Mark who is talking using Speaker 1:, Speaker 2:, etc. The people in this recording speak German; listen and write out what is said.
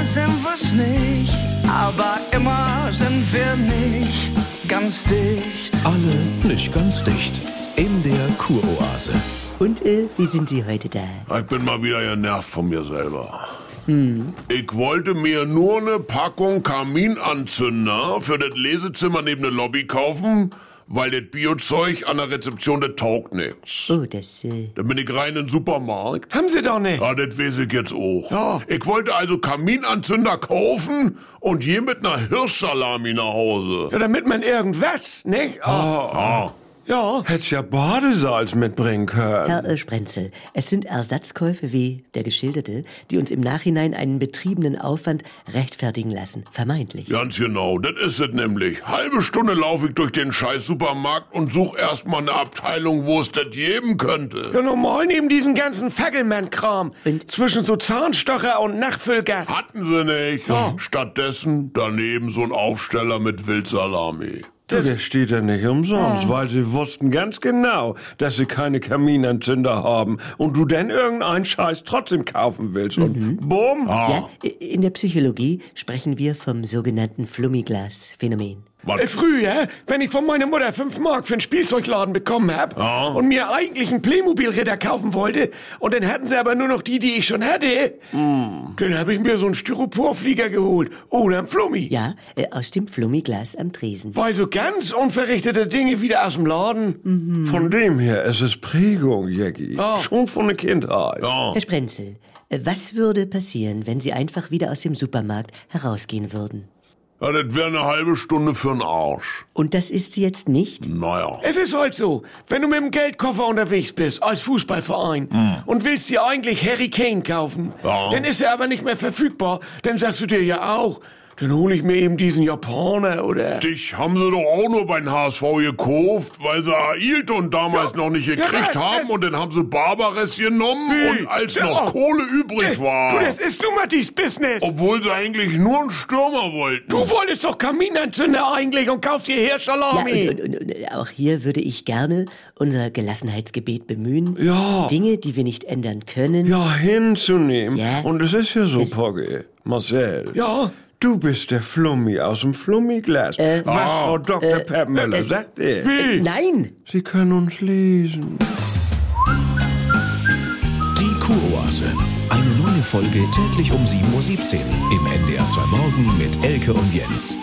Speaker 1: das nicht, aber immer sind wir nicht ganz dicht.
Speaker 2: Alle nicht ganz dicht. In der Kuroase.
Speaker 3: Und äh, wie sind Sie heute da?
Speaker 4: Ich bin mal wieder genervt von mir selber. Ich wollte mir nur eine Packung Kaminanzünder für das Lesezimmer neben der Lobby kaufen, weil das Biozeug an der Rezeption, das taugt nix.
Speaker 3: Oh, das, äh,
Speaker 4: Dann bin ich rein in den Supermarkt.
Speaker 5: Haben Sie doch nicht.
Speaker 4: Ja, das weiß ich jetzt auch. Ich wollte also Kaminanzünder kaufen und je mit einer Hirschsalami nach Hause.
Speaker 5: Ja, damit man irgendwas, nicht? Oh.
Speaker 4: Ah,
Speaker 5: Ja.
Speaker 6: Hättest ja Badesalz mitbringen können.
Speaker 3: Herr äh, Sprenzel, es sind Ersatzkäufe wie der geschilderte, die uns im Nachhinein einen betriebenen Aufwand rechtfertigen lassen. Vermeintlich.
Speaker 4: ganz genau, das ist es nämlich. Halbe Stunde laufe ich durch den scheiß Supermarkt und suche erstmal eine Abteilung, wo es das geben könnte.
Speaker 5: Ja, normal neben diesen ganzen Fackelmann-Kram. Zwischen so Zahnstocher und Nachfüllgas.
Speaker 4: Hatten sie nicht. Stattdessen daneben so ein Aufsteller mit Wildsalami.
Speaker 6: Ja, Der steht ja nicht umsonst,
Speaker 5: Ah.
Speaker 6: weil sie wussten ganz genau, dass sie keine Kaminanzünder haben und du denn irgendeinen Scheiß trotzdem kaufen willst.
Speaker 5: Mhm.
Speaker 6: Und bumm,
Speaker 5: Ah,
Speaker 3: Ja, i- in der Psychologie sprechen wir vom sogenannten Flummiglas-Phänomen.
Speaker 4: Was?
Speaker 5: Äh, Früher, wenn ich von meiner Mutter fünf Mark für einen Spielzeugladen bekommen hab und mir eigentlich einen Playmobil-Ritter kaufen wollte und dann hatten sie aber nur noch die, die ich schon hatte,
Speaker 6: Hm.
Speaker 5: dann hab ich mir so einen Styroporflieger geholt oder einen Flummi.
Speaker 3: Ja, äh, aus dem Flummiglas am Tresen.
Speaker 5: Weil so ganz unverrichtete Dinge wieder aus dem Laden.
Speaker 6: Mhm. von dem her, es ist Prägung, Jackie.
Speaker 5: Oh.
Speaker 6: Schon von der Kindheit.
Speaker 3: Herr Sprenzel, äh, was würde passieren, wenn Sie einfach wieder aus dem Supermarkt herausgehen würden?
Speaker 4: Ja, das wäre eine halbe Stunde für'n Arsch.
Speaker 3: Und das ist sie jetzt nicht?
Speaker 4: Naja.
Speaker 5: Es ist halt so, wenn du mit dem Geldkoffer unterwegs bist, als Fußballverein,
Speaker 6: Mhm.
Speaker 5: und willst dir eigentlich Harry Kane kaufen,
Speaker 4: Ja.
Speaker 5: dann ist er aber nicht mehr verfügbar, dann sagst du dir ja auch, dann hole ich mir eben diesen Japaner oder...
Speaker 4: Dich haben sie doch auch nur beim HSV gekauft, weil sie Ailton damals noch nicht gekriegt
Speaker 5: das- das-
Speaker 4: haben und dann haben sie Barbares genommen
Speaker 5: Wie?
Speaker 4: und als
Speaker 5: Ja.
Speaker 4: noch Kohle übrig war,
Speaker 5: Du, das ist nun mal dies Business.
Speaker 6: Oh,
Speaker 4: obwohl sie eigentlich nur einen Stürmer wollten.
Speaker 5: Du wolltest doch Kaminanzünder eigentlich und kaufst hierher
Speaker 3: Ja,
Speaker 5: Salami.
Speaker 3: und, und, und, und auch hier würde ich gerne unser Gelassenheitsgebet bemühen.
Speaker 6: Ja.
Speaker 3: Dinge, die wir nicht ändern können.
Speaker 6: Ja, hinzunehmen.
Speaker 3: Ja.
Speaker 6: Und es ist ja so, Pogge, Marcel.
Speaker 5: Ja.
Speaker 6: Du bist der Flummi aus dem Flummiglas. Was
Speaker 5: oh.
Speaker 6: Frau Dr. Äh, Peppmüller sagte.
Speaker 3: Äh, nein!
Speaker 6: Sie können uns lesen.
Speaker 2: Die Kuroase. Eine neue Folge täglich um 7.17 Uhr im NDR 2 Morgen mit Elke und Jens.